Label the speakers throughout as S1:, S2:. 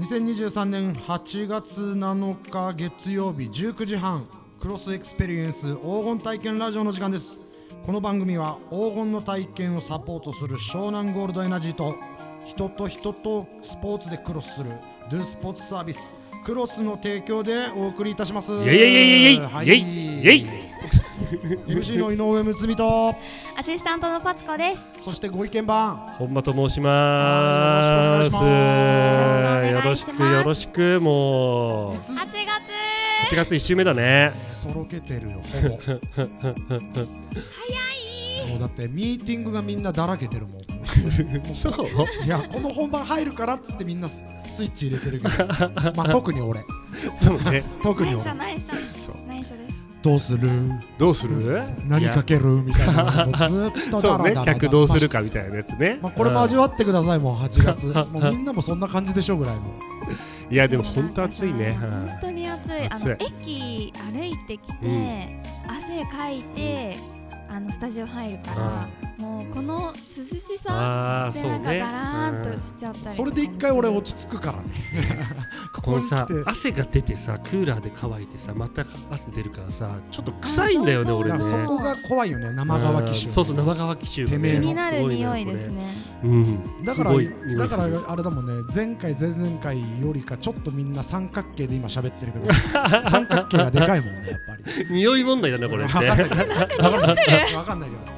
S1: 2023年8月7日月曜日19時半クロスエクスペリエンス黄金体験ラジオの時間ですこの番組は黄金の体験をサポートする湘南ゴールドエナジーと人と人とスポーツでクロスするドゥスポーツサービスクロスの提供でお送りいたしますイ
S2: イェイイェイイェイイェ
S1: はい
S2: イイェイイェイ
S1: MC の井上睦美と
S3: アシスタントのパツコです。
S1: そしてご意見番
S2: 本間と申します。
S1: はい
S3: よ
S2: よ
S3: ろ
S2: ろ
S3: し
S2: し
S3: くお
S2: く
S3: 願いしま
S2: よ
S3: す
S2: ろしくもう
S1: いつ
S3: 8月
S2: 8月1週目だね。
S1: とろけてるよほぼ早いもうだってミーティングがみんなだらけてるもん
S2: そう。
S1: いやこの本番入るからっつってみんなススイッチ入れてるけどまあ特に俺
S2: そう ね。
S1: 特に
S3: 内
S1: 俺
S3: 緒内緒
S2: そう
S3: 内緒です。
S1: どうする
S2: どうする？
S1: 何か
S2: い
S1: けるみたいなもうずっとだ
S2: や。そ
S1: らだ
S2: う
S1: ら
S2: ね
S1: だ。ら
S2: 客どうするかみたいなやつね。
S1: まあ、これも味
S2: わ。
S1: わってくださいもう8月もうみんなもそんな感じでしょうぐらいの
S2: いやでも本当暑いね。う
S3: 本
S2: ん
S3: 当に暑い。あ
S2: 暑い
S3: の駅歩いてきて、
S2: うん
S3: 汗かいて、あのスタジオ入るから、もうこの涼しさ
S2: ああ
S3: で
S2: そう
S3: なんか
S2: ね
S3: だらーん
S2: う
S3: と
S2: ん。
S3: しちゃったりとかもする。
S1: それで一回俺落ち着くからねこ
S2: こ
S1: こ
S2: の
S1: に来
S2: さ
S1: て
S2: 汗が出てさクーラーで乾いてさまた汗出るからさちょっと臭いんだよね
S3: あそう
S2: 俺
S3: そう
S2: ね。
S1: だからそこが怖いよね生乾き臭
S2: うんそうそう生乾き臭がね。
S1: てめえ
S3: 気
S1: の
S3: になる
S2: すごね
S3: 匂いです。ね。
S2: これうん。
S1: だ
S2: す
S1: から
S2: ごい匂い
S1: だか
S2: する
S1: らあれだもんね前回前々回よりかちょっとみんな三角形で今喋ってる けど三角形がでかいもんねやっぱり
S2: 匂い問題だねこれっ
S1: わ
S2: て
S1: かんないけど
S3: なんか匂ってる。
S1: わかんないけど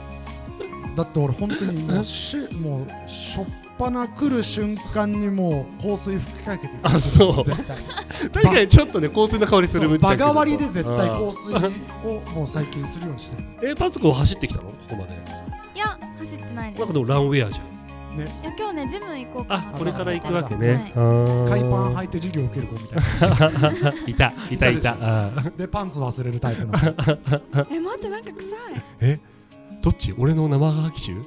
S1: だって俺本当にもしもうしょっぱな来る瞬間にもう香水吹きかけてくる
S2: あそう
S1: 絶対
S2: 確かにちょっとね香水の香りす
S1: そ
S2: る
S1: う
S2: ぶっちゃ
S1: 場
S2: け
S1: 代わりで絶対香
S2: こ
S1: 水をもう最近するようにしてる
S2: うえパツコ走ってきたのここまで
S3: いや走ってないで
S2: な
S3: す。
S2: んかでもランウェアじゃん
S1: ね
S3: いや今日ねジム行こうかな
S2: あ
S3: と
S2: こ
S3: 思
S2: れ
S3: って
S2: から行くわけ
S3: は
S2: ね
S3: い
S2: 海
S1: 海パン履いて授業受ける子みたい
S2: いいたいたいたあ
S1: なでパンツ忘れるタイプの
S3: え待ってなん か臭い。
S2: ーどっち俺の生乾き臭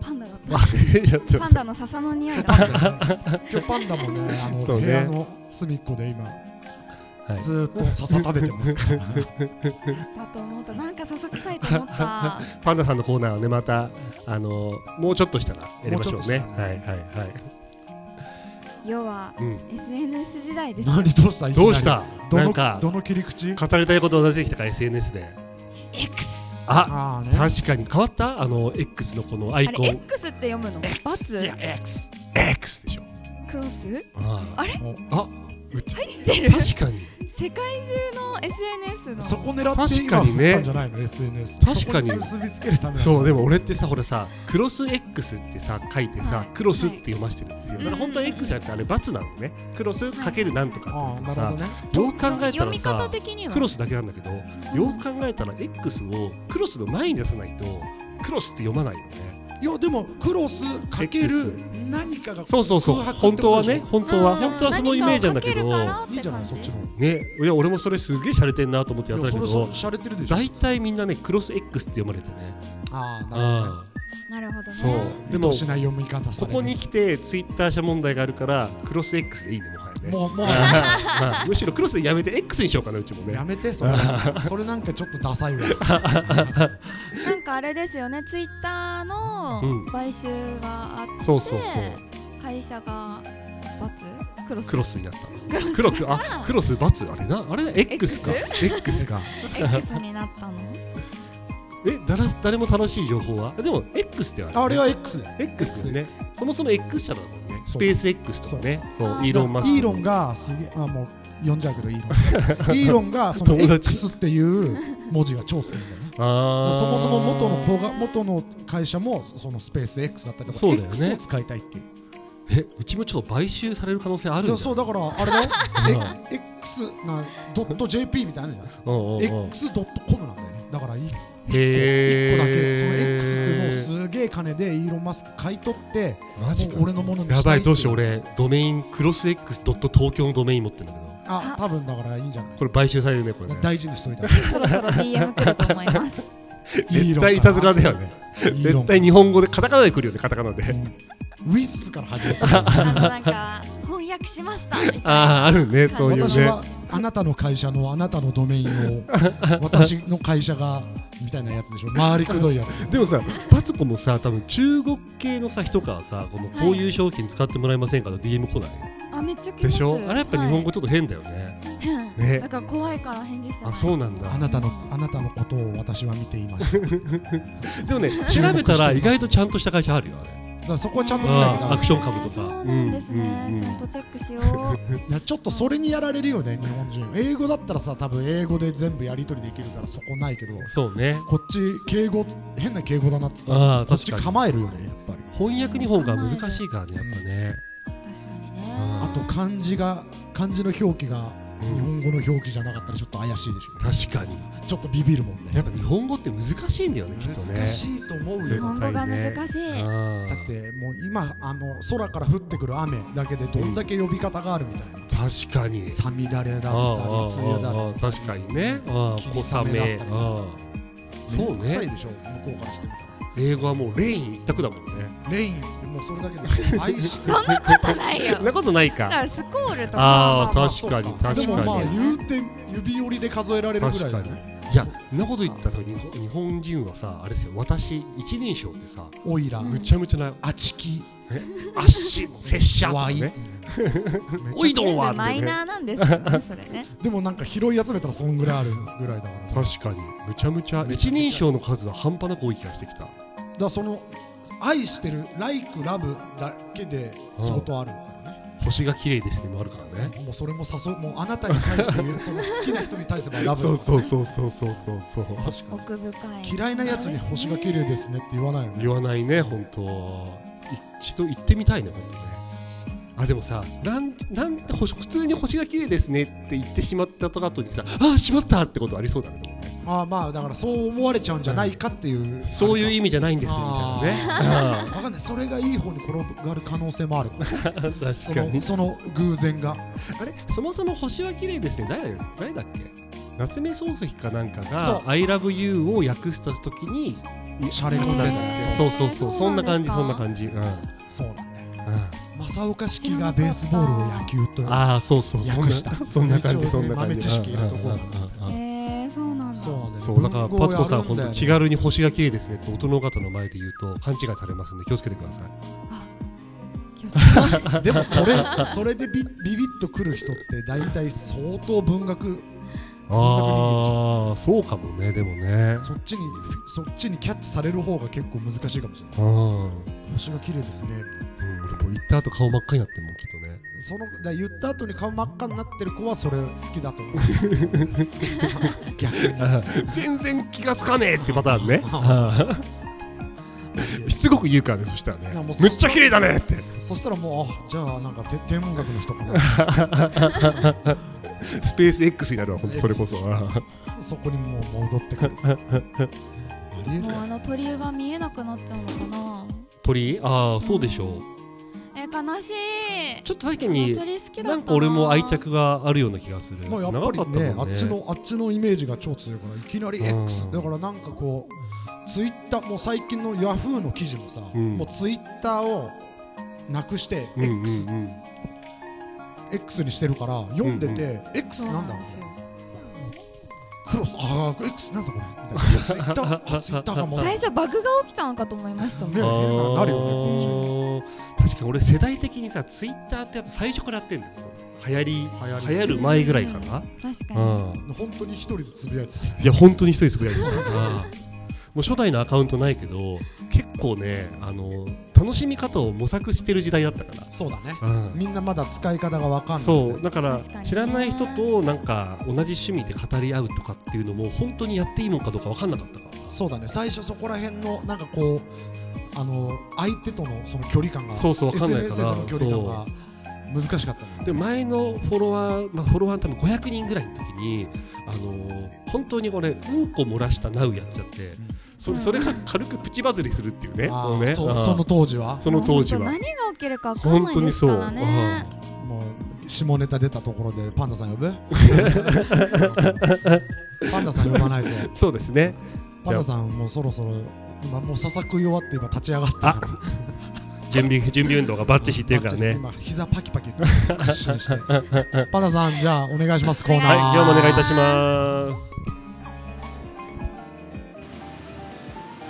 S3: パンダだっ
S2: ちょっと
S3: た。パンダの笹の匂いだった。
S1: 今日パンダもねあの
S2: そうね
S1: 部屋の隅っこで今、
S2: はい
S1: ずーっと笹食べてます から
S3: だと思った。なんか笹臭いと思った。
S2: パンダさんのコーナーをねまたあのもうちょっとしたらやりましょうね
S1: もうちょっとしたら
S2: はいはい
S1: ね
S2: はい
S3: 要は
S2: うん
S3: SNS 時代ですよ
S1: 何どうしたいきなり
S2: どうした
S1: どの
S2: なんか
S1: どの切り口
S2: 語りたいことが出てきたから SNS で
S3: X
S2: あ
S1: ああね
S2: 確かに変わったあの X のこのア
S3: あ
S2: イ
S3: れ
S2: コン
S3: X って読むのバツ
S2: いや X X でしょ
S3: クロス
S2: あ
S3: あれ
S2: あ
S3: 入ってる
S2: 確かに
S3: 世界中の SNS の
S1: そこ狙って
S2: 確
S1: 今
S2: かに
S1: 振
S2: ね
S1: ったんじゃないの SNS
S2: 確かに
S1: そこ結びつけるため
S2: そうで
S1: も
S2: も俺ってさほらさクロス X ってさ書いてさ、
S3: はい
S2: クロスって読ましてるんですよ、
S3: は
S2: だ
S3: い
S2: から本当は X じゃなくてあれ×なのねクロスかけるなんとか
S1: あ
S2: っ
S1: あな
S2: て言う
S1: る
S2: と
S1: ほ
S2: さ
S1: どね
S2: よう考えた
S3: 読
S2: ら
S3: み方
S2: さ
S3: 的には
S2: クロスだけなんだけどよ
S3: うん
S2: う考えたら X をクロスの前に出さないとクロスって読まないよね
S1: いやでもクロスかけ
S2: X
S1: る何かが
S2: そうそうそう
S1: 空白ってこ
S2: 本当
S1: と
S2: は
S1: でしょ
S2: ね本当は
S3: あー
S2: 本当はそのイメージなんだけど
S3: 何かをか
S1: いいじゃないそっ
S3: け
S1: ち
S3: る
S1: の
S3: か
S1: 方
S2: ねいや俺もそれすげえ洒落てんなと思ってやった
S1: い
S2: け
S1: や
S2: ど
S1: それそれ洒落てるでしょ
S2: 大体みんなねクロス X って読まれてね
S1: ああなるほどね
S2: あ
S3: なるほど
S2: あ
S3: ね
S2: そう
S1: 意図
S2: でも
S1: しない読み方さ
S2: こ
S1: れる
S2: こに来てツイッター社問題があるからクロス X でいいねもはやね
S1: もうもう
S2: あー まあむしろクロスでやめて X にしようかなうちもね
S1: やめてそ れそれなんかちょっとダサいわ
S3: なんかあれですよねツイッター
S2: うん
S3: の買収があって、
S2: そうそうそう
S3: 会社がバツクロス
S2: クロスになった
S3: クロス
S2: クロスあクロス×あれなあれ X か X か
S3: X になったの
S2: えだら誰も正しい情報はでも X では
S1: あれは
S2: ね
S1: X だよ
S2: X だよね
S1: X
S2: そもそも X 社だもんね
S1: そう
S2: スペース X とかね
S3: そ
S2: そうう
S3: あー
S2: イーロン・マスク
S1: イーロンがすげえあもう呼んじゃうけどイー ロンイーロンがその
S2: 友達
S1: X っていう文字が超好きなんだよね
S2: あー
S1: そもそも元の子が元の会社もそのスペース X だったりとか、
S2: そうだよね
S1: X を使いたいっていう
S2: えうちもちょっと買収される可能性あるん
S1: だ
S2: じ
S1: か
S2: ゃ
S1: ら
S2: ない
S1: そうだからあれ だよえ X なドット .jp みたいなのじゃん
S2: うんうんうん
S1: X.com なんだよねだからい一個一
S2: へー
S1: 個だけその X っていうのをすげえ金でイーロン・マスク買い取って
S2: マジか
S1: もう俺のものにしたい
S2: やばいどうしよう
S1: って
S2: 俺ドメインクロス X ドット東京のドメイン持ってんだけど
S1: あ多分だからいいんじゃない
S2: これ買収されるねこれね
S1: 大事にしといた
S3: そろそろ DM 来ると思います
S2: 絶対いたずらだよね絶対
S1: に
S2: 日本語でカタカナで来るよねカタカナで、
S1: ウィスから始めた
S3: あのなんか翻訳しましたみたいな
S2: あああるねそういう
S1: 私
S2: ね
S1: はあなたの会社のあなたのドメインを 私の会社がみたいなやつでしょ回りくどいやつ
S2: でもさパツコもさ多分中国系のさ人からさこの
S3: はい
S2: こういう商品使ってもらえませんかと DM 来ない、
S3: あめっちゃ来ます
S2: でしょあれやっぱ日本
S3: 語、
S2: 語ちょっと変だよね、
S3: はい
S2: ね
S3: だから怖いから返事してない
S2: あそうなんだ
S1: あなたのあなたのことを私は見ていま した。だか
S2: でもね調べたら意外とちゃんとした会社あるよあれ
S1: らそこはちゃんと見なきゃ
S2: あ
S1: ダ
S2: ー
S1: メ
S2: アクション株とか
S3: そうなんですね、
S2: うんうんうん
S3: ちゃんとチェックしよう
S1: いやちょっとそれにやられるよね日本人。英語だったらさ多分英語で全部やり取りできるからそこないけど、
S2: そうね
S1: こっち敬語変な敬語だなっつったら
S2: ああ
S1: こっち
S2: 確かに
S1: 構えるよねやっぱり。
S2: 翻訳日本が難しいからねやっぱね、
S3: 確かにね
S1: あと漢字が漢字の表記が
S2: う
S1: 日
S2: ん
S1: 本語の表記じゃなかったらちょっと怪しいでしょ。
S2: 確かに
S1: ちょっとビビるもんね。
S2: やっぱ日本語って難しいんだよねきっとね
S1: 難しいと思う
S3: 日
S1: よ。
S3: 本語が難しい、
S2: あ
S1: だ
S2: ー
S1: ってもう今あの空から降ってくる雨だけでどんだけ呼び方があるみたいな。
S2: 確かに
S1: さみだれだったり
S2: あーあ
S1: 梅雨だ
S2: ー
S1: っ
S2: あー
S1: たり
S2: 確かにねあー
S1: 霧
S2: 小
S1: 雨だったり
S2: 雨
S1: とか
S2: あー
S1: めん
S2: そう
S1: どくさい
S2: ね
S1: でしょ向こうからしてみた
S2: 英語はもうレイン一択だもんね
S1: らレインもうそれだけで愛して
S3: そんなことないよ
S2: そんなことない
S3: だか
S2: から
S3: スコールとか
S2: ああ
S1: まあまあ
S2: 確かに
S1: そうで
S2: 確
S1: もま
S2: か
S1: あ
S2: に
S1: 言うて指折りで数えられるぐらいだ
S2: 確か
S1: ね
S2: いやそんなこと言ったら多分日本日本人はさあれですよ私一人称でさ
S1: オイラ
S3: うん
S2: むちゃむちゃな
S1: アチキ
S2: 「あっし」「拙者」と
S1: ワ
S2: か
S1: イ
S2: ね「お
S1: お
S2: い
S1: い
S2: どん
S3: 全
S2: は」っ
S3: 部
S2: て
S3: マイ
S2: ね
S3: ナーなんですよねそれ ね
S1: でもなんか拾い集めたらそんぐらいあるぐらいだからだか
S2: 確かにむちゃむちゃ一人称の数は半端なく多い気がしてきた
S1: らその愛してる「like」「love」だけで相当あるからね
S2: 星が綺麗ですねもあるからね
S1: もうそれも誘うもうあなたに対して言うその好きな人に対してラブ
S2: そうそうそうそうそうそうそう
S1: 確かに
S3: 奥深い
S1: 嫌いなやつに星が綺麗ですねって言わないよね
S2: 言わないね本当一度行ってみたいね本当ねあでもさなんなんて星普通に星が綺麗ですねって言ってしまったと後にさあーしまったってことありそうだねでもね
S1: ああまあだからそう思われちゃうんじゃないかっていう
S2: そういう
S1: 意
S2: 意味じゃないんですみたいなね
S1: わかんないそれがいい方に転がる可能性もある
S2: あー
S1: そ
S2: 確か
S1: の
S2: に
S1: その偶然が
S2: あれそもそも星は綺麗ですね誰だ誰だっけ夏目漱石かなん
S1: そ
S2: か
S1: う
S2: が「ILOVEYOU」を訳した時に
S1: シャレが
S2: なん
S1: 立
S2: だ
S1: た
S2: っ
S1: れたって
S2: け
S3: へー
S2: そうそうそう
S3: そ
S2: そ
S3: うんなん
S2: な感
S3: です
S2: じそん
S3: か
S2: な感じうん、うん、あ
S1: そうなんだよ正岡式がベースボールを野球と
S2: あーそうそうそんな
S1: 訳した
S2: そんな感
S1: 一
S2: じ
S1: 応
S2: そ
S1: ね
S2: んな感じ
S1: 豆 知識入れとこうかな
S2: うんうんうんうん
S3: えー、そうなんだ
S1: そうなんだよ
S2: そうだから
S1: 文豪
S2: パツコさん
S1: やる
S2: 本
S1: だよ
S2: 当
S1: ね
S2: 気軽に星が綺麗ですねって大人の方の前で言うと勘違いされますんで気をつけてく ださい。
S3: 気をつけます
S1: でもそれそれでビビビッとくる人って大体相当文学
S2: ああそうかもねでもね。
S1: そっちにそっちにキャッチされる方が結構難しいかもしれない
S2: うん、うん、
S1: 星が綺麗ですね
S2: 俺もう行った後顔真っ赤になってるもんきっとね。
S1: そのだから言った後に顔真っ赤になってる子はそれ好きだ と思う逆に
S2: あー全然気がつかねえってパターンね。
S1: あ
S2: あーしつこく言うからねそしたら
S1: いやも
S2: ね
S1: う。そう
S2: めっちゃ綺麗だねって。
S1: そしたらもうあじゃあなんかて天文学の人かな
S2: スペース X になるわ本当それこそ。
S1: そこにもう戻って くるありえ
S3: もう
S1: ない
S3: あの鳥居が見えなくなっちゃうのかな
S2: 鳥ああそうでしょう。
S3: えー、悲しい
S2: ちょっと最近
S3: もう
S2: に
S3: 鳥好きだった
S2: なんか俺も愛着があるような気がする。
S1: まあやっぱ
S2: 長か
S1: り
S2: たもん
S1: ねあっちのあっちのイメージが超強いからいきなり X、
S2: うん
S1: だからなんかこうツイッターもう最近のヤフーの記事もさ、
S2: うん
S1: もうツイッターをなくして、
S2: うんうんうん。
S1: X にしてるから読んでて、X
S3: そう
S1: な
S3: なんん
S1: だ
S3: ですよ
S1: クロスああ X なんだこれみたいなツイッターあツイッターがもう
S3: 最初バグが起きたのかと思いましたもん、
S1: ね
S2: あー
S1: なるよ
S2: 確かに俺世代的にさツイッターってやっぱ最初からやってんだよ流行り
S1: 流行り
S2: 流行る前ぐらいかな、
S3: 確か
S2: う
S3: に
S2: ん、
S1: 本当に一人でつぶやいてた
S2: いや本当に一人つぶやいてたうん もう初代のアカウントないけど結構ねあの楽しみ方を模索してる時代だったから、
S1: そうだね
S2: うん
S1: みんなまだ使い方がわかんない
S2: そうだから
S3: 確かにね
S2: 知らない人となんか同じ趣味で語り合うとかっていうのも本当にやっていいもんかどうか分かんなかったからさ
S1: そうだね最初そこら辺のなんかこうあの相手とのその距離感が
S2: そうそうわかんないから
S1: SNS での距離感が難しかったもん
S2: で前のフォロワー、まあ、フォロワー多分500人ぐらいの時に、あのー本当に俺うんこ漏らしたナウやっちゃって
S1: ん
S2: それそれが軽くプチバズりするっていうね,
S1: あ
S2: もう
S1: ー
S2: ね、
S1: そ
S2: うん
S1: その当時は
S2: その当時
S3: もう
S2: は
S3: 本当何が起きるか分かんないですからね
S2: 本当
S1: もう下ネタ出たところでパンダさん呼ぶそうそうパンダさん呼ばないと
S2: そうですね
S1: パンダさんもうそろそろ今もうささくい終わって今立ち上がった
S2: あ準備準備運動がバッチシっていうからね
S1: 今膝パキパキって屈伸して パンダさんじゃあお願いしますコーナー
S2: はい今日もお願いいたします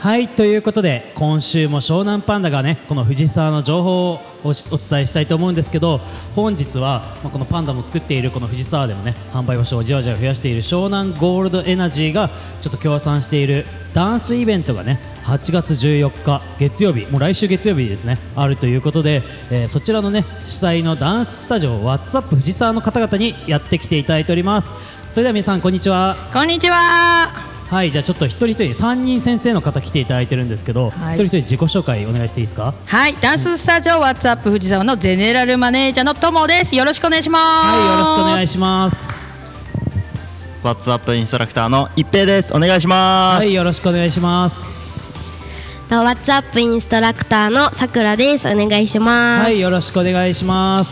S3: ハ
S4: はいということで今週も湘南パンダがねこの藤沢の情報をおしお伝えしたいと思うんですけど本日は、まあ、このパンダも作っているこの藤沢でもね販売場所をじわじわ増やしている湘南ゴールドエナジーがちょっと協賛しているダンスイベントがね8月14日月曜日もう来週月曜日ですねあるということで、えーそちらのね主催のダンススタジオ WhatsApp 藤沢の方々にやってきていただいておりますそれでは皆さんこんにちは
S5: こんにちは。
S4: はい、じゃあちょっと一人一人3人先生の方来ていただいてるんですけど、
S5: はい
S4: 一人一人自己紹介お願いしていいですか
S5: はい、ダンススタジオワッツアップ藤沢のゼネラルマネージャーのともです。よろしくお願いします。
S4: はい、よろしくお願いし
S5: ま
S4: ます
S6: ワッツアップインストラクターの一平です。お願いします。
S4: はい、よろしくお願いします
S7: ワッツアップインストラクターのさくらです。お願いします。
S4: はい、よろしくお願いします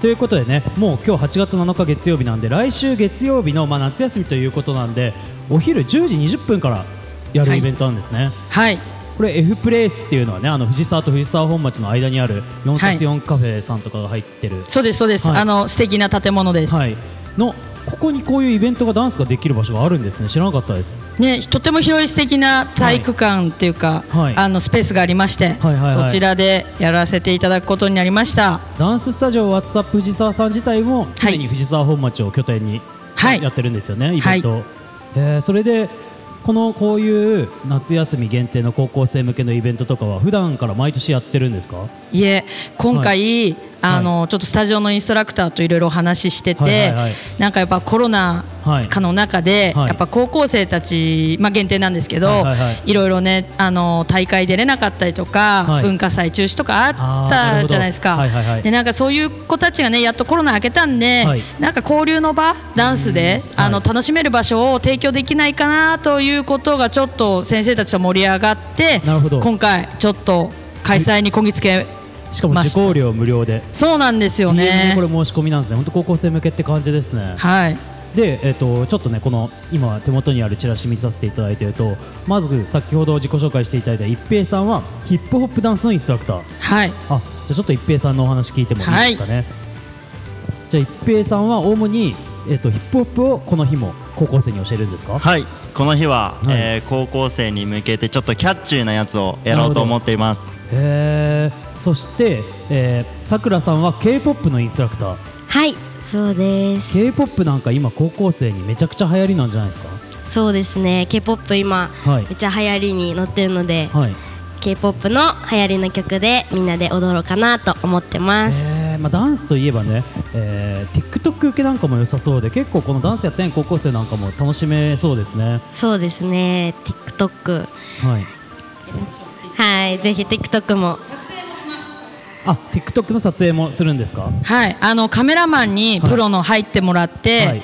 S4: ということでね、もう今日8月7日月曜日なんで来週月曜日のまあ夏休みということなんでお昼10時20分からやる
S5: はい
S4: イベントなんですね、
S5: す。はい、
S4: これ F プレイスっていうのはね、あの藤沢と藤沢本町の間にある4
S5: はい
S4: 冊4カフェさんとかが入ってる、
S5: そうですそうです。
S4: はい
S5: あの素敵な建物です。
S4: はい、のここにこういうイベントがダンスができる場所があるんですね知らなかったです
S5: ね、とても広い素敵な体育館っていうか、
S4: はい
S5: あのスペースがありまして、
S4: はいはいはい
S5: そちらでやらせていただくことになりました。
S4: ダンススタジオ WhatsApp 藤沢さん自体も常に藤沢本町を拠点に
S5: はい
S4: やってるんですよね、イベントを、えーそれでこのこういう夏休み限定の高校生向けのイベントとかは普段から毎年やってるんですか
S5: いえ、今回、あのちょっとスタジオのインストラクターといろいろお話ししてて、
S4: はいはいはい
S5: なんかやっぱコロナ
S4: はい
S5: 禍の中で、
S4: はい
S5: やっぱ高校生たち、まあ、限定なんですけど、
S4: はい
S5: い
S4: はいはい
S5: ろいろねあの大会出れなかったりとか、
S4: はい
S5: 文化祭中止とかあ
S4: あーなる
S5: っ
S4: ほ
S5: た
S4: ど
S5: じゃないですか、
S4: はいはいはい
S5: でなんかそういう子たちがねやっとコロナ明けたんで、
S4: はい
S5: なんか交流の場ダンスで、
S4: うん
S5: あの
S4: はい
S5: 楽しめる場所を提供できないかなということがちょっと先生たちと盛り上がって
S4: なるほど
S5: 今回ちょっと開催にこぎつけ
S4: しかも受講料無料で
S5: そうなんですよね
S4: こ。れ申し込みなんですね本当高校生向けって感じですね
S5: はい、
S4: で、えっとちょっとねこの今手元にあるチラシ見させていただいているとまず先ほど自己紹介していただいた一平さんはヒップホップダンスのインストラクター
S5: は
S4: あ
S5: い、
S4: じゃあちょっと一平さんのお話聞いてもいいですかね、じゃあ一平さんは主に、えっとヒップホップをこの日も高校生に教えるんですか
S6: はいこの日は、
S4: はい
S6: えー高校生に向けてちょっとキャッチーなやつをやろうと思っています。
S4: へーそしてえーさくらさんは k p o p のインストラクター
S7: はい、そうです。
S4: k p o p なんか今高校生にめちゃくちゃ流行りなんじゃないですか
S7: そうですね。K-POP 今
S4: はい
S7: めっちゃ流行りに乗ってるので、
S4: はい、
S7: K-POP の流行りの曲でみんなで踊ろうかなと思ってます。
S4: えーまあ、ダンスといえばね、えー TikTok 受けなんかも良さそうで結構このダンスやってない高校生なんかも楽しめそうですね
S7: そうですね。TikTok。
S4: はい
S7: はい、ぜひ TikTok も
S4: あ TikTok の撮影もするんですか
S5: はい、あのカメラマンにプロの入ってもらって、
S4: はい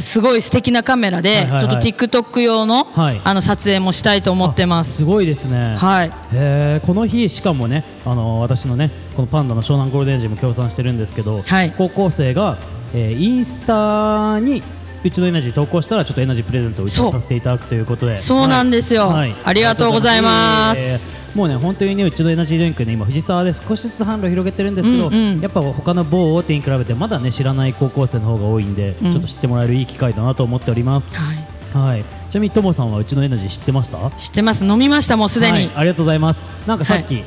S5: すごい素敵なカメラで、
S4: はいはいはい
S5: ちょっと TikTok 用の、
S4: はい
S5: あの撮影もしたいと思ってます。
S4: あすごいですね
S5: はい、
S4: えーこの日しかもね、あのー私のねこのパンダの湘南ゴールデンジも協賛してるんですけど、
S5: はい
S4: 高校生が、えーインスタにうちのエナジー投稿したらちょっとエナジープレゼントをうち
S5: そ
S4: に
S5: う
S4: させていただくということで
S5: そうなんですよありがとうございます
S4: えーもうね本当にねうちのエナジードリンクね今藤沢で少しずつ販路を広げてるんですけど、
S5: うんうん
S4: やっぱ他の某大手に比べてまだね知らない高校生の方が多いんで、
S5: うん
S4: ちょっと知ってもらえるいい機会だなと思っております、
S5: はい
S4: はい、ちなみにともさんはうちのエナジー知ってました
S5: 知ってます。飲みましたもうすで
S4: は
S5: に。
S4: い、ありがとうございますなんかさっき、
S5: はい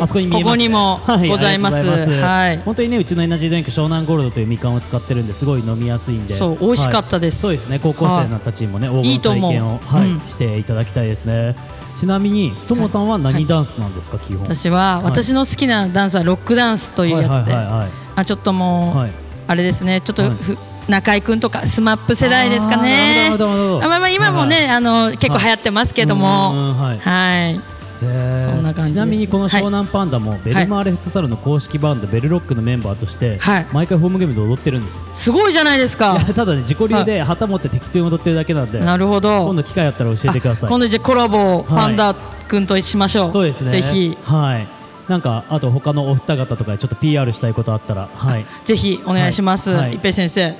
S4: あそこに見え
S5: こ
S4: ます
S5: こ
S4: ね
S5: にも
S4: はい
S5: ございます。
S4: ありがとうございます
S5: はい。
S4: 本当にねうちのエナジードリンク湘南ゴールドというみかんを使ってるんですごい飲みやすいんで
S5: そう美味しかったです
S4: はいそうですね高校生のたちにもね黄
S5: い
S4: 金
S5: い
S4: の
S5: と思
S4: 体
S5: う
S4: 験をはい
S5: うん
S4: していただきたいですねちなみにともさんは
S5: はい
S4: 何ダンスなんですか、基本
S5: 私は、
S4: い
S5: 私の好きなダンスはロックダンスというやつで、
S4: はいはいはいはい
S5: あちょっともう、
S4: はい
S5: あれですね。ちょっと、
S4: はい
S5: ふ中居くんとかスマップ世代ですかね。
S4: あーなるほどなるほどなるほど
S5: あまあまあ今もね、
S4: はいはい
S5: あの結構流行ってますけども、
S4: うーんはい
S5: はい
S4: へー
S5: そんな感じです
S4: ちなみにこの湘南パンダも、ベルマーレフットサルの公式バンド、ベルロックのメンバーとして、
S5: はい
S4: 毎回ホームゲームで踊ってるんですよ
S5: すごいじゃないです
S4: い
S5: か
S4: や。ただね自己流で旗持って適当に踊ってるだけなんで
S5: なるほど。
S4: 今度機会あったら教えてください
S5: あ今度じゃあコラボ
S4: い
S5: をパンダくんとしましょう。
S4: そうですね。
S5: ぜひ
S4: はい。なんかあと他のお二方とかでちょっと PR したいことあったら、はい。
S5: ぜひお願いします。
S4: はいはい
S5: 一平先生。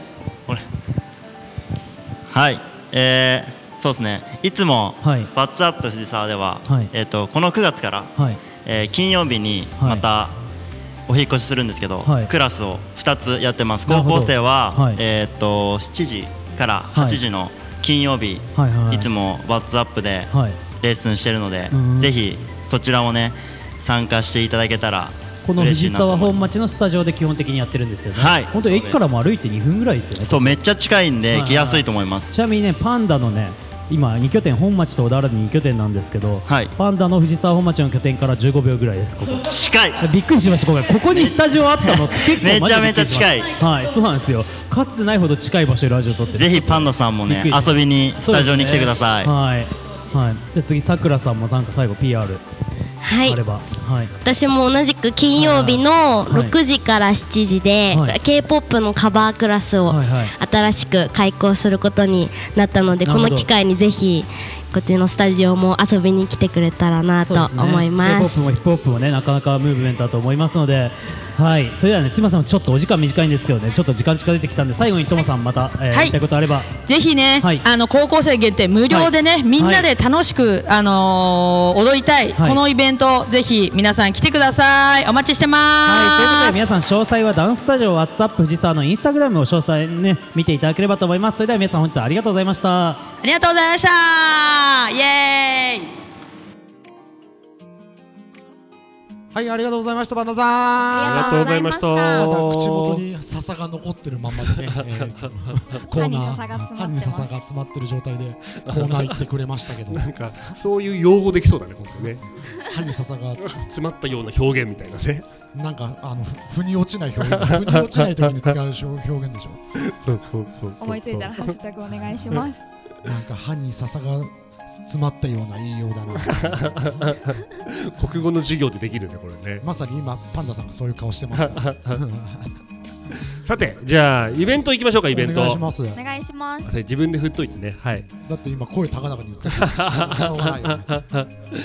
S6: はい、えー、そうですね。いつも、
S4: はい
S6: ワッツアップ藤沢では、
S4: はい
S6: えっ、とこの9月から、
S4: はい。
S6: えー金曜日に
S4: はい
S6: またお引っ越しするんですけど、
S4: はい
S6: クラスを2つやってます。
S4: なる
S6: 高
S4: ほど
S6: 校生は、
S4: はい
S6: えっ、と7時から8時の金曜日、
S4: はいはいいはい。
S6: つもワッツアップで、
S4: はい。
S6: レッスンしてるので、
S4: うん
S6: ぜひそちらもね参加していただけたら
S4: この
S6: 嬉し
S4: 藤
S6: いなと
S4: 沢
S6: 思い
S4: 本
S6: ま
S4: 町
S6: す
S4: のスタジオで基本的にやってるんですよね、
S6: はい
S4: 本当駅からも歩いて2分ぐらいですよね
S6: そうめっちゃ近いん
S4: はい
S6: で
S4: はい
S6: 来やすいと思います
S4: ちなみにねパンダのね今2拠点本町と小田原に2拠点なんですけど、
S6: はい
S4: パンダの藤沢本町の拠点から15秒ぐらいですここ
S6: 近い
S4: びっくりしました今回ここにスタジオあったのって結構
S6: めちゃめちゃ
S4: マジでびっくりしましたはいそうなんですよかつてないほど近い場所でラジオ撮ってる
S6: ぜひパンダさんもね
S4: びっくり
S6: 遊びにスタジオに来てください、
S4: はい、はい、じゃあ次さくらさんもなんか最後 PR
S7: は
S4: あ
S7: い
S4: ればはい
S7: 私も同じく金曜日の
S4: はい
S7: 6時から7時で、
S4: はい
S7: k p o p のカバークラスを
S4: はいはい
S7: 新しく開講することになったので
S4: な
S7: こ
S4: るほど
S7: の機会にぜひこっちのスタジオも遊びに来てくれたらなと思いま
S4: K-POP
S7: す。
S4: もヒップホップもねなかなかムーブメントだと思いますので、はい、それではねすみませんちょっとお時間短いんですけどねちょっと時間近づいてきたんで最後にともさんまた、えー
S5: はい
S4: 言いたいことあれば
S5: ぜひね、
S4: はい
S5: あの高校生限定無料でね、
S4: はい
S5: みんなで楽しく、あのー踊りたい、
S4: はい
S5: このイベントぜひ皆さん来てくださいお待ちしてます、
S4: はい、ということで皆さん詳細はダンススタジオ WhatsApp 藤沢のインスタグラムを詳細にね見ていただければと思いますそれでは皆さん本日はありがとうございました
S5: ありがとうございましたイエーイ
S1: はいありがとうございましたパンダさん
S2: ありがとうございました。
S1: まだ口元に笹が残ってるまん までね、えーコーナー
S3: 歯に笹が詰まってます
S1: 歯に笹が詰まってる状態でコーナー行ってくれましたけど
S2: なんかそういう用語できそうだね、本当にね。
S1: 歯に笹が
S2: 詰まったような表現みたいなね。
S1: なんかあのふ腑に落ちない表現腑に落ちない時に使うしょ表現でしょ
S2: そうそうそう
S3: 思いついたらハッシュタグお願いします。
S1: なんか歯に笹が詰まったような言いようだな
S2: 国語の授業でできるね、これね。
S1: まさに今パンダさんがそういう顔してますよ
S2: さて、じゃあイベント行きましょう か、イベン
S1: お
S2: ト。
S1: 願いします
S3: お願いします。
S2: さて自分で振っといてね。はい。
S1: だって今声高々に言ってるしょうがないよね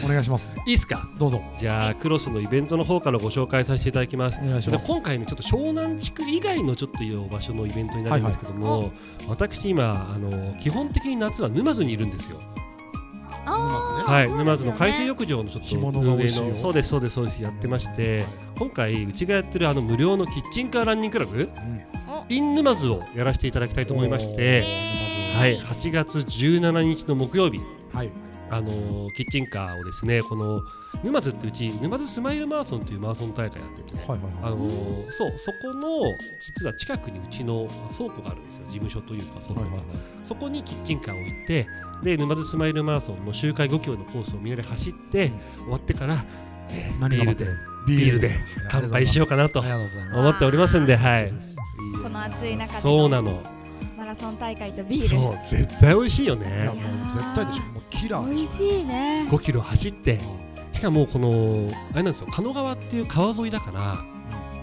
S1: お願いします
S2: いいっすか。
S1: どうぞ
S2: じゃあクロスのイベントの方からご紹介させていただきます。
S1: お願いし
S2: で
S1: ます
S2: 今回ねちょっと湘南地区以外のちょっという場所のイベントになるんですけども、私今あの基本的に夏は沼津にいるんですよ。
S3: あー
S2: はい、
S3: そうで
S2: 沼
S3: す
S2: 津
S3: よね
S2: の海水浴場のちょっと
S1: 干物が美味しいよ
S2: 運営のそうですそうですそうですやってまして、今回うちがやってるあの無料のキッチンカーランニングクラブ、
S3: お
S2: in 沼津をやらせていただきたいと思いまし
S1: おー
S2: て、はい、8月17日の木曜日。
S1: はい
S2: あのーキッチンカーをですねこの沼津ってうち沼津スマイルマラソンっていうマラソン大会やってて、
S1: はいはい
S2: あ
S1: はい
S2: のーそうそこの実は近くにうちの倉庫があるんですよ事務所というか倉庫が、
S1: はいはいはい
S2: そこにキッチンカーを置いてで沼津スマイルマラソンの周回5キロのコースをみんなで走って、終わってから
S1: 何が待ってる
S2: ビ
S1: ビー
S2: ールで
S1: ルで
S2: 乾杯しようかなと
S1: ありがとうございます
S2: 思っておりますんではいい
S3: この暑い中での
S2: そうなの
S3: マラソン大会とビール。
S2: そう絶対美味しいよ
S1: いや
S2: ね
S1: もう絶対でしょもうキラー
S3: 美
S1: でし
S3: 味しいね。
S2: 5キロ走ってしかもこのあれなんですよ狩野川っていう川沿いだから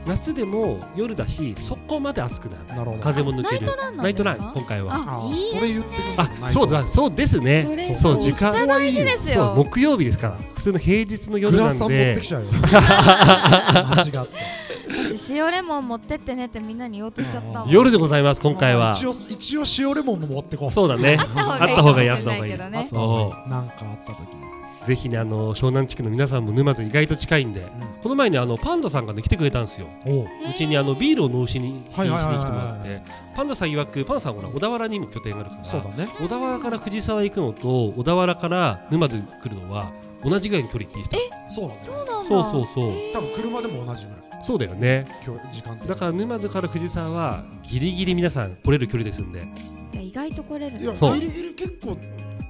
S2: 夏でも夜だしそこまで暑くな
S1: ょ
S2: い
S1: なるほど
S2: 風も抜ける
S3: ナイトランなん
S2: ナ
S3: で
S2: イ
S3: す
S2: ト
S3: か
S2: ラン今回は
S3: あ
S1: あ、
S3: いい
S1: そ
S3: で
S1: れ
S3: す
S1: 言っ
S3: ね
S1: てく。る
S2: あそうだそうです
S3: それ
S2: ねそう時
S3: めっちゃ
S2: 間
S3: 大事で
S2: そ
S3: す
S2: う
S3: よ。
S2: 木曜日ですから普通の平日の夜
S1: グラ
S2: な
S1: スさん
S2: ん
S1: 持っ
S2: で
S1: てきちゃう よ間違って
S3: 私塩レモン持ってってねってみんなに言おうとしちゃったわ。
S2: 夜でございます今回は
S1: 一応一応塩レモンも持ってこう
S2: そうだね
S3: あ
S2: あった方がいいあ
S3: あ
S2: っ
S3: ったた
S2: 方がいい
S3: 方がいいかもしれないけどね
S2: そ
S1: なんかあった時に
S2: うぜひねあの湘南地区の皆さんも沼津意外と近いんでこの前にあのパンダさんがね来てくれたんですよ
S1: おう
S2: うちにあのビールを納しに
S1: は
S2: 品
S1: い
S2: に
S1: はいはいはい
S2: 来てもらってパンダさん曰くパンダさんはほら小田原にも拠点があるから
S1: そうだね
S2: 小田原から藤沢行くのと小田原から沼津来るのは同じぐらいの距離って言ってた
S1: そうなんだ
S3: そうなんだ。
S2: そうそうそう
S1: 多分車でも同じぐらい
S2: そうだよね
S1: 今日時間的に
S2: だから沼津から藤沢はギリギリ皆さん来れる距離ですんで
S3: じゃあ意外と来れる
S1: い
S3: ね。
S1: や
S2: そう
S1: ギリギリ結構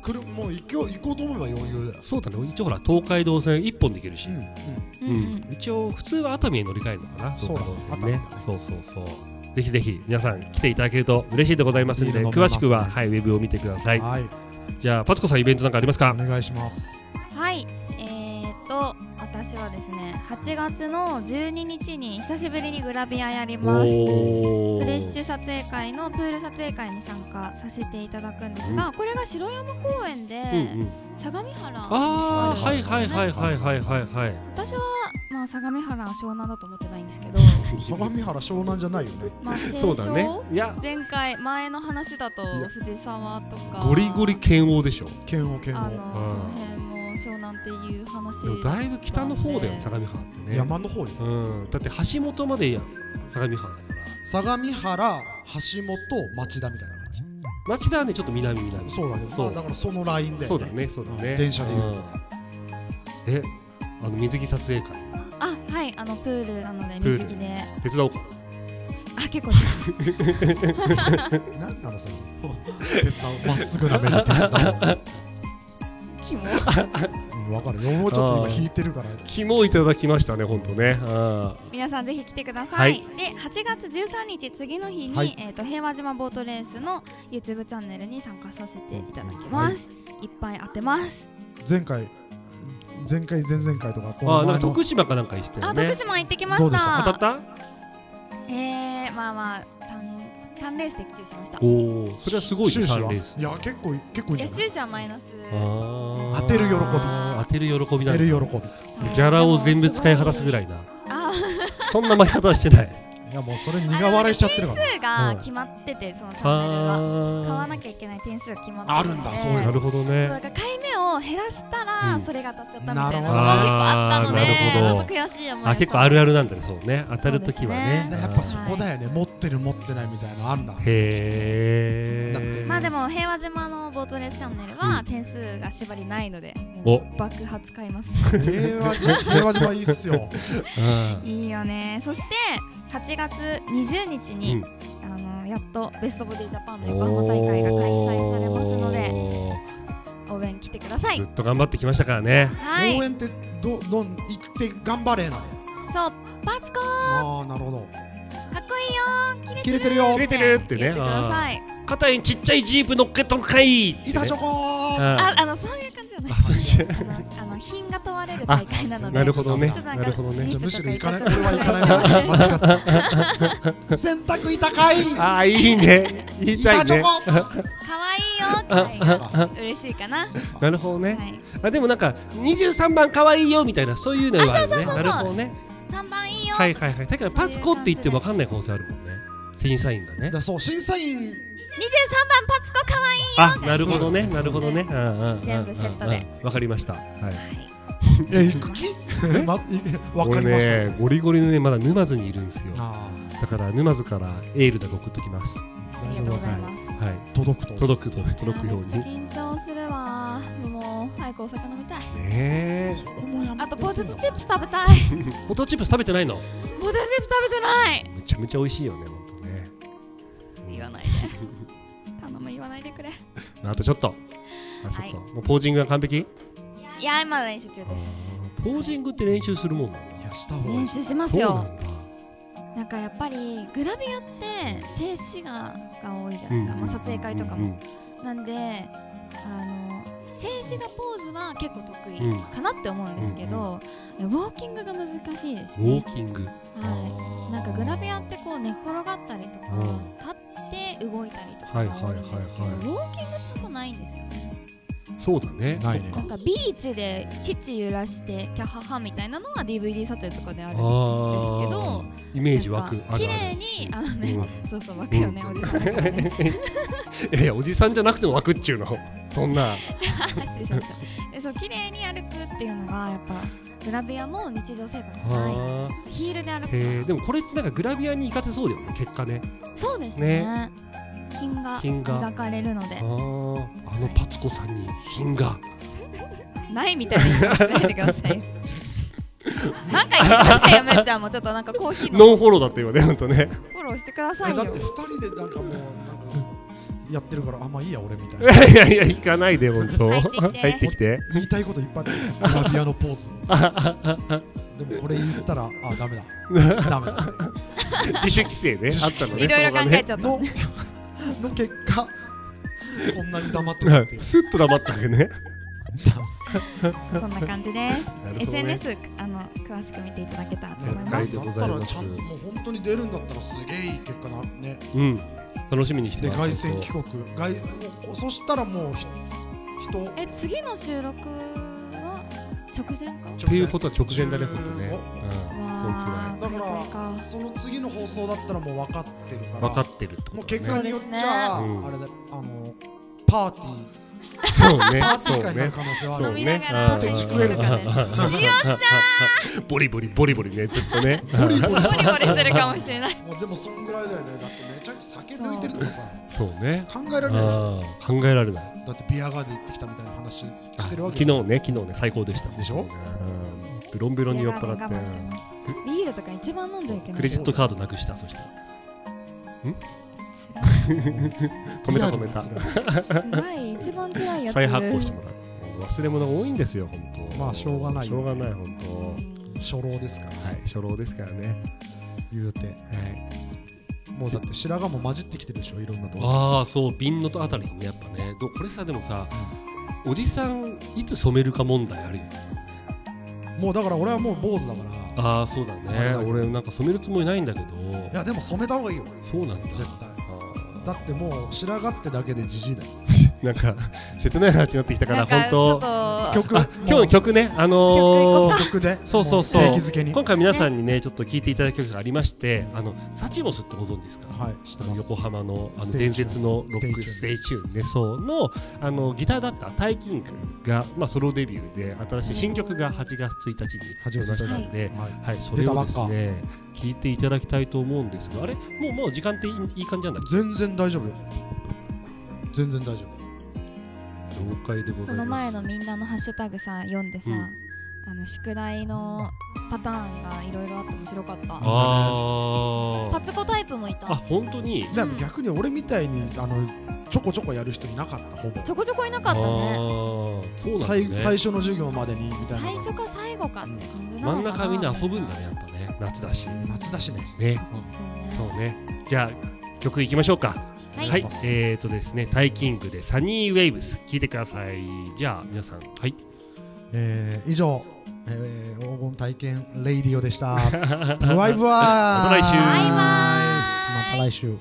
S1: 来るもう行こう行こうと思えば余裕だよ
S2: そうだね一応ほら東海道線一本で行けるし、
S3: う
S2: うんん
S3: うん。
S2: 一応普通は熱海へ乗り換えるのかな
S1: そうだ
S2: 東海道線ね
S1: 熱
S2: そうそうそうぜひぜひ皆さん来ていただけると嬉しいでございますん
S1: ビー
S2: で
S1: ル飲め
S2: 詳
S1: ます
S2: し
S1: ね
S2: くは、はい、ウェブを見てください
S1: はい
S2: じゃあパツコさんイベントなんかありますか
S1: お願いします
S3: はい、えー、と私はですね8月の12日に久しぶりにグラビアやります
S2: お
S3: フレッシ
S2: ュ
S3: ュ撮影会のプール撮影会に参加させていただくんですが、これが城山公園
S2: う
S3: で、
S2: んうん
S3: 相模原
S2: ああはいはいはいはいはいはいはい
S3: 私は、まあ、相模原は湘南だと思ってないんですけど
S1: 相模原湘南じゃないよね
S3: まあ 清
S2: そうだね
S3: 少
S2: いや
S3: 前回前の話だと藤沢とか
S2: ゴリゴリ剣王でしょ
S1: 剣を剣を
S3: あの
S2: うん
S3: その辺も湘南っていう話
S2: でもだいぶ北の方だよ相模原ってね
S1: 山の方よ
S2: うんだって橋本まで相模原だから
S1: 相模原橋本町田みたいな感じ
S2: 町田はねちょっと南南
S1: そうだね
S2: そう
S1: まあだからそのラインで、
S2: そうだねそうだね、
S1: うん電車で言うと
S2: うんえあの水着撮影会
S3: あはいあのプールなので
S2: プール
S3: 水着で
S2: 手伝おうか
S3: あ結構です
S1: なんなのその手伝うまっすぐな目で手伝
S3: キモ
S1: ううんわかるよもうちょっと今引いてるから
S2: 肝いただきましたね本当ねうん
S3: 皆さんぜひ来てください、
S2: はい
S3: で8月13日次の日に、
S8: はい
S3: えー、と平和島ボートレースの YouTube チャンネルに参加させていただきます、い、っぱい当てます
S1: 前回前回前々回とかこの
S2: あなん
S1: 前
S2: か
S1: の
S2: 徳島かなんか行ってたよ
S3: あ
S2: ね
S3: 徳島行ってきま
S1: ど
S3: し
S1: うで
S3: た
S1: した
S2: 当たっ
S3: えー、まあまあ三三レース的中しました
S2: たおおそれはすごいね
S1: 終始は
S2: 三レース
S1: いや結構結構いいん
S3: 野
S1: じゃない
S3: 球者はマイナス
S2: 当
S1: 当てる喜び
S2: 当てる喜びだ
S1: 出る喜
S3: そう
S2: ギャラを全部使い果たすぐらいな
S3: あー
S2: そんな負け方はしてない
S1: びいやもうそれ苦笑いしちゃってるから
S3: 点数 が決まっててそのチャンネルが買わなきゃいけない点数が決まってので
S1: あるんだそういうの
S2: なるほど
S3: そう
S2: ね
S3: だから買い目を減らしたら、
S2: うん
S3: それが当たっちゃったみたいなの
S1: な
S3: が
S1: るほ
S3: 結
S2: ど
S3: 構あったので
S2: あーなる
S3: ち
S2: ほ
S3: ょ
S2: ど
S3: っと悔しい思いを
S2: あ結構あるあるなんだねそうね当たるときはね
S3: そう
S1: やっぱそこだよね持ってる持ってないみたいなのあんだ
S2: へ
S1: だって
S2: え
S3: まあでも平和島のボートレースチャンネルは点数が縛りないので、
S2: お
S3: もう爆発買 います
S1: 平和島平和島いいっすよ
S2: うん
S3: いいよねそして8月20日に、あのやっとベストボディジャパンの横浜大会が開催されますので
S2: お
S3: 応援来てくださ
S2: ー
S3: い
S2: ずっと頑張ってきましたからね
S3: はい
S1: 応援ってどどん行って頑張れなの
S3: そうパツコか
S1: ああなるほど
S3: っこいいよー
S1: 切
S3: キ
S1: れ
S3: レ
S1: て
S3: てる
S1: るよ
S2: 切れてるってね
S3: 言ってください
S2: 肩にちっちゃいジープ乗っけとるかいってね
S1: 板チョコ
S2: うん
S1: ー
S3: ああのそういう感じじゃない
S2: あそういう
S3: あのあの品が問われる大会なので
S2: なるほどね
S3: ちょっとなんか
S2: なるほどね
S3: ジープとか
S1: むしろ行かない
S3: 行っち
S1: 俺
S3: ゃう
S1: は行かないな間違った 洗濯板かい
S2: ああいいね言いた
S1: 板
S2: い
S1: チョ
S2: ね
S1: コ
S3: 可愛いよーって
S1: あ
S3: 嬉しいかな
S2: なるほど
S3: は
S2: ね
S3: い
S2: あでもなんか23番可愛いよみたいなそういうのはあるね
S3: あそうそうそう
S2: な
S3: そう
S2: るほどね
S3: 三番いいよ
S2: はいはいはいだからパツコって言っても分かんない可能性あるもんね審査員がね
S1: だそう審査員
S3: 二十三番パツコ可愛い
S2: あなるほどねなるほどね
S3: 全部セットで
S2: わかりましたはい
S1: え行く気えまいわか
S2: 俺
S1: りました
S2: ねゴリゴリのねまだ沼津にいるんですよ
S1: あ
S2: だから沼津からエールだけ送っときますは
S1: ー
S3: ありがとうございます
S2: い
S1: 大丈夫届くと
S2: 届くと届くよう
S3: いや
S2: に
S3: めっちゃ緊張するわもう早くお酒飲みたい
S2: ねえ
S1: そこもやめ
S3: あ
S1: て
S3: と
S1: くれ
S3: ポ
S1: よ
S3: テトチップス食べたい
S2: ポテトチップス食べてないの
S3: ポテトチップ食べてない
S2: めちゃめちゃ美味しいよね本当ね
S3: 言わないで頼む言わないでくれ
S2: あとちょっとあちょっと
S3: は
S2: もうポージングは完璧
S3: いや今練習中
S2: あ
S3: です
S2: ーポージングって練習するもんなんだ
S1: いやした方がいい
S3: 練習しま
S2: そ
S3: す
S2: う
S3: よ
S2: なんだ
S3: なんかやっぱりグラビアって静止画が多いじゃないですか、
S2: うん
S3: まあ、撮影会とかも、
S2: うん
S3: なんであの静止画ポーズは結構得
S2: う
S3: 意
S2: ん
S3: かなって思うんですけど、ウォーキングが難しいです
S2: ウォ
S3: ね
S2: ー、キング
S3: は
S2: あ
S3: い、
S2: ー
S3: なんかグラビアってこう寝っ転がったりとか、
S2: うん
S3: 立って動いたりと
S2: は
S3: か
S2: い
S3: が
S2: はい
S3: 多いんですけど、
S2: はいはい
S3: ウォーキングってあんまないんですよね
S2: そうだね
S1: ないね
S3: なんかビーチで乳揺らしてキャハハみたいなのは DVD 撮影とかであるんですけど
S2: どイメージ湧く
S3: なんか綺麗にあのね、そうそう湧くよね、
S2: うん
S3: おじさんとかね
S2: いやいやおじさん じゃなくても湧くっちゅうのそんな
S3: 失礼しましたでそう綺麗に歩くっていうのがやっぱグラビアも日常生活もな
S2: あー
S3: いヒールで歩く
S2: へえ
S3: の
S2: でもこれってなんかグラビアに行かせそうだよね結果ね
S3: そうですね品が
S2: 品が
S3: 磨かれるの
S2: あ
S3: で
S2: ーあのパツコさんに品が
S3: ないみたいな言い方しないでくださ いよなんか言ってくださいよめっちゃんもうちょっとなんかコーヒ ーの
S2: ノンフォローだったよねほんとね
S3: フォローしてくださ
S1: え
S3: い
S1: だ
S3: よ
S1: って二人でなんかもうなんかやってるからあまあいいや俺みたい
S2: い
S1: な
S2: やいやいや行かないでほんと
S3: 入って
S2: 入ってき
S3: きて
S2: て
S1: 言いたいこといっぱいあってグラビアのポーズでもこれ言ったらあダメだダメだ
S2: 自主規制ねあったのね
S3: いろいろ考え
S2: ち
S3: ちゃった、
S1: のの結果こんなに黙ってる
S2: ゃ
S1: っ
S2: って
S1: い
S2: て
S1: う
S2: スッと黙ったわけね
S3: そんな感じです、
S2: なるほどね
S3: SNS あの詳しく見ていただけたらと思いま
S2: 了解
S3: す
S2: でござい
S1: だったら
S2: ま
S1: ち
S2: す
S1: ゃんともう本当に出るんだったらすげえいい結果なね
S2: うん楽しみにして
S1: で
S2: ます
S1: 凱旋帰
S2: ほんと
S1: 国凱もうそしたらもうひ人
S3: え次の収録は直前か
S2: っていうことは直前だねほんとね
S1: 15
S2: うんそんくら
S3: わ
S2: い
S3: ー
S1: だか
S3: これから
S1: らその次の放送だったらもう分かってるから
S2: 分かってるってことだね
S1: もう結果によっちゃ、
S2: そうですね
S1: あれだあのパーティー
S2: そうね
S1: パーティー会
S2: そう
S1: になる
S2: ね
S1: 可能性はあ
S2: そ
S1: る
S2: う
S3: 飲みな
S2: ね
S3: がら
S2: うん
S3: 配信
S1: ポテチ食えるぞ
S3: とかねよっし
S2: ボリボリボリボリねずっとね
S1: ボリボリ
S3: ゃーゴリゴリしてるかもし れない
S1: もうでもそんぐらいだよねだってめちゃくちゃ酒抜いてるとかさ
S2: そうね
S1: 考えられないでしょ
S2: あー考えられない
S1: だってビアガーデン行ってきたみたいな話
S2: あ
S1: してるわけ
S2: 昨日ね昨日ね最高でした
S1: でしょ
S2: うんベロンベロンに酔っ払
S3: 我慢して
S2: っ
S3: ますビールとか一番飲んじゃいけ
S2: て
S3: ない
S2: クレジットカードなくしたそして
S3: 辛い
S2: 止めた止めた
S3: 辛い一番辛いやつ
S2: 再発行してもらう忘れ物が多いんですよ本当
S1: まあしょうがない
S2: しょうがない本
S1: 初老ですから
S2: 当はい初老ですからね
S1: 言うて
S2: はい
S1: もうだって白髪も混じってきてるでしょいろんなとこ
S2: ああそう瓶のとあたりにねやっぱねどこれさでもさおじさんいつ染めるか問題あるよね
S1: もうだから俺はもう坊主だから
S2: ああそうだ
S1: あれ
S2: ね
S1: だけど
S2: 俺なんか染めるつもりないんだけど
S1: いやでも染めた方がいいよ
S2: そうなんだ
S1: 絶対
S2: あー
S1: だってもう白髪ってだけでじじいだよ
S2: なんか 切ない話になってきたか
S3: な
S2: ら
S3: んか
S2: 本
S3: ちょ
S2: 当
S3: っと
S1: 曲
S2: あ今日の曲ねあのー
S3: 曲行こ
S1: 曲で
S2: そうそうそう
S1: も定期づけに
S2: 今回皆さんにねちょっと聞いていただく曲がありましてあのサチモスってご存知ですか、
S1: はい知って
S2: あ
S1: ま
S2: の
S1: す
S2: 横浜のあ
S1: ス
S2: の
S1: テイチューン
S2: 伝説のロック
S1: ス
S2: ス
S1: テ
S2: テイチューンねそうのあのギターだったタイキングが、まあ、ソロデビューで新しい新曲が8月1日に
S1: 8
S2: 出
S1: 月
S2: ま
S1: 1日
S2: したんで、
S1: はい
S2: はい、そ
S1: 出
S2: れ
S1: たば
S2: を
S1: っ
S2: で
S1: か
S2: すね聞いていただきたいと思うんですがあれもうもう時間っていいいい感じなんだっけ
S1: 全然大丈夫よ全然大丈
S2: 了解でござい
S3: こ
S2: ます
S3: の前のみんなのハッシュタグさ読んでさ、
S2: うん
S3: あの宿題のパターンがいろいろあって面白かった
S2: あ
S3: パ
S2: ー
S3: ツコタイプもい
S2: あ
S3: た
S2: 本当に
S1: 夫でも逆に俺みたいにあのちょこちょこやる人いなかったほぼ
S3: ちょこちょこいなかった
S2: あ
S3: ね
S2: ーそうなんだ
S1: 最
S2: ね
S1: 最初の授業までにみたいな
S3: 最初か最後かって感じな
S2: 真ん
S3: のかな
S2: 中みんな遊ぶんだねやっぱね夏だし
S1: 夏だしね
S2: ね
S3: そ
S2: そうう
S3: ね
S2: ねじゃあ曲いきましょうか
S3: はい
S2: えーとですねタイキングでサニーウェイブス聞いてくださいじゃあ皆さんはい
S1: えー以上、えー黄金体験 レイディオでしたブ
S2: ブ
S1: ワイブワー
S2: また来週
S3: バイバーイ
S1: また来週
S3: イ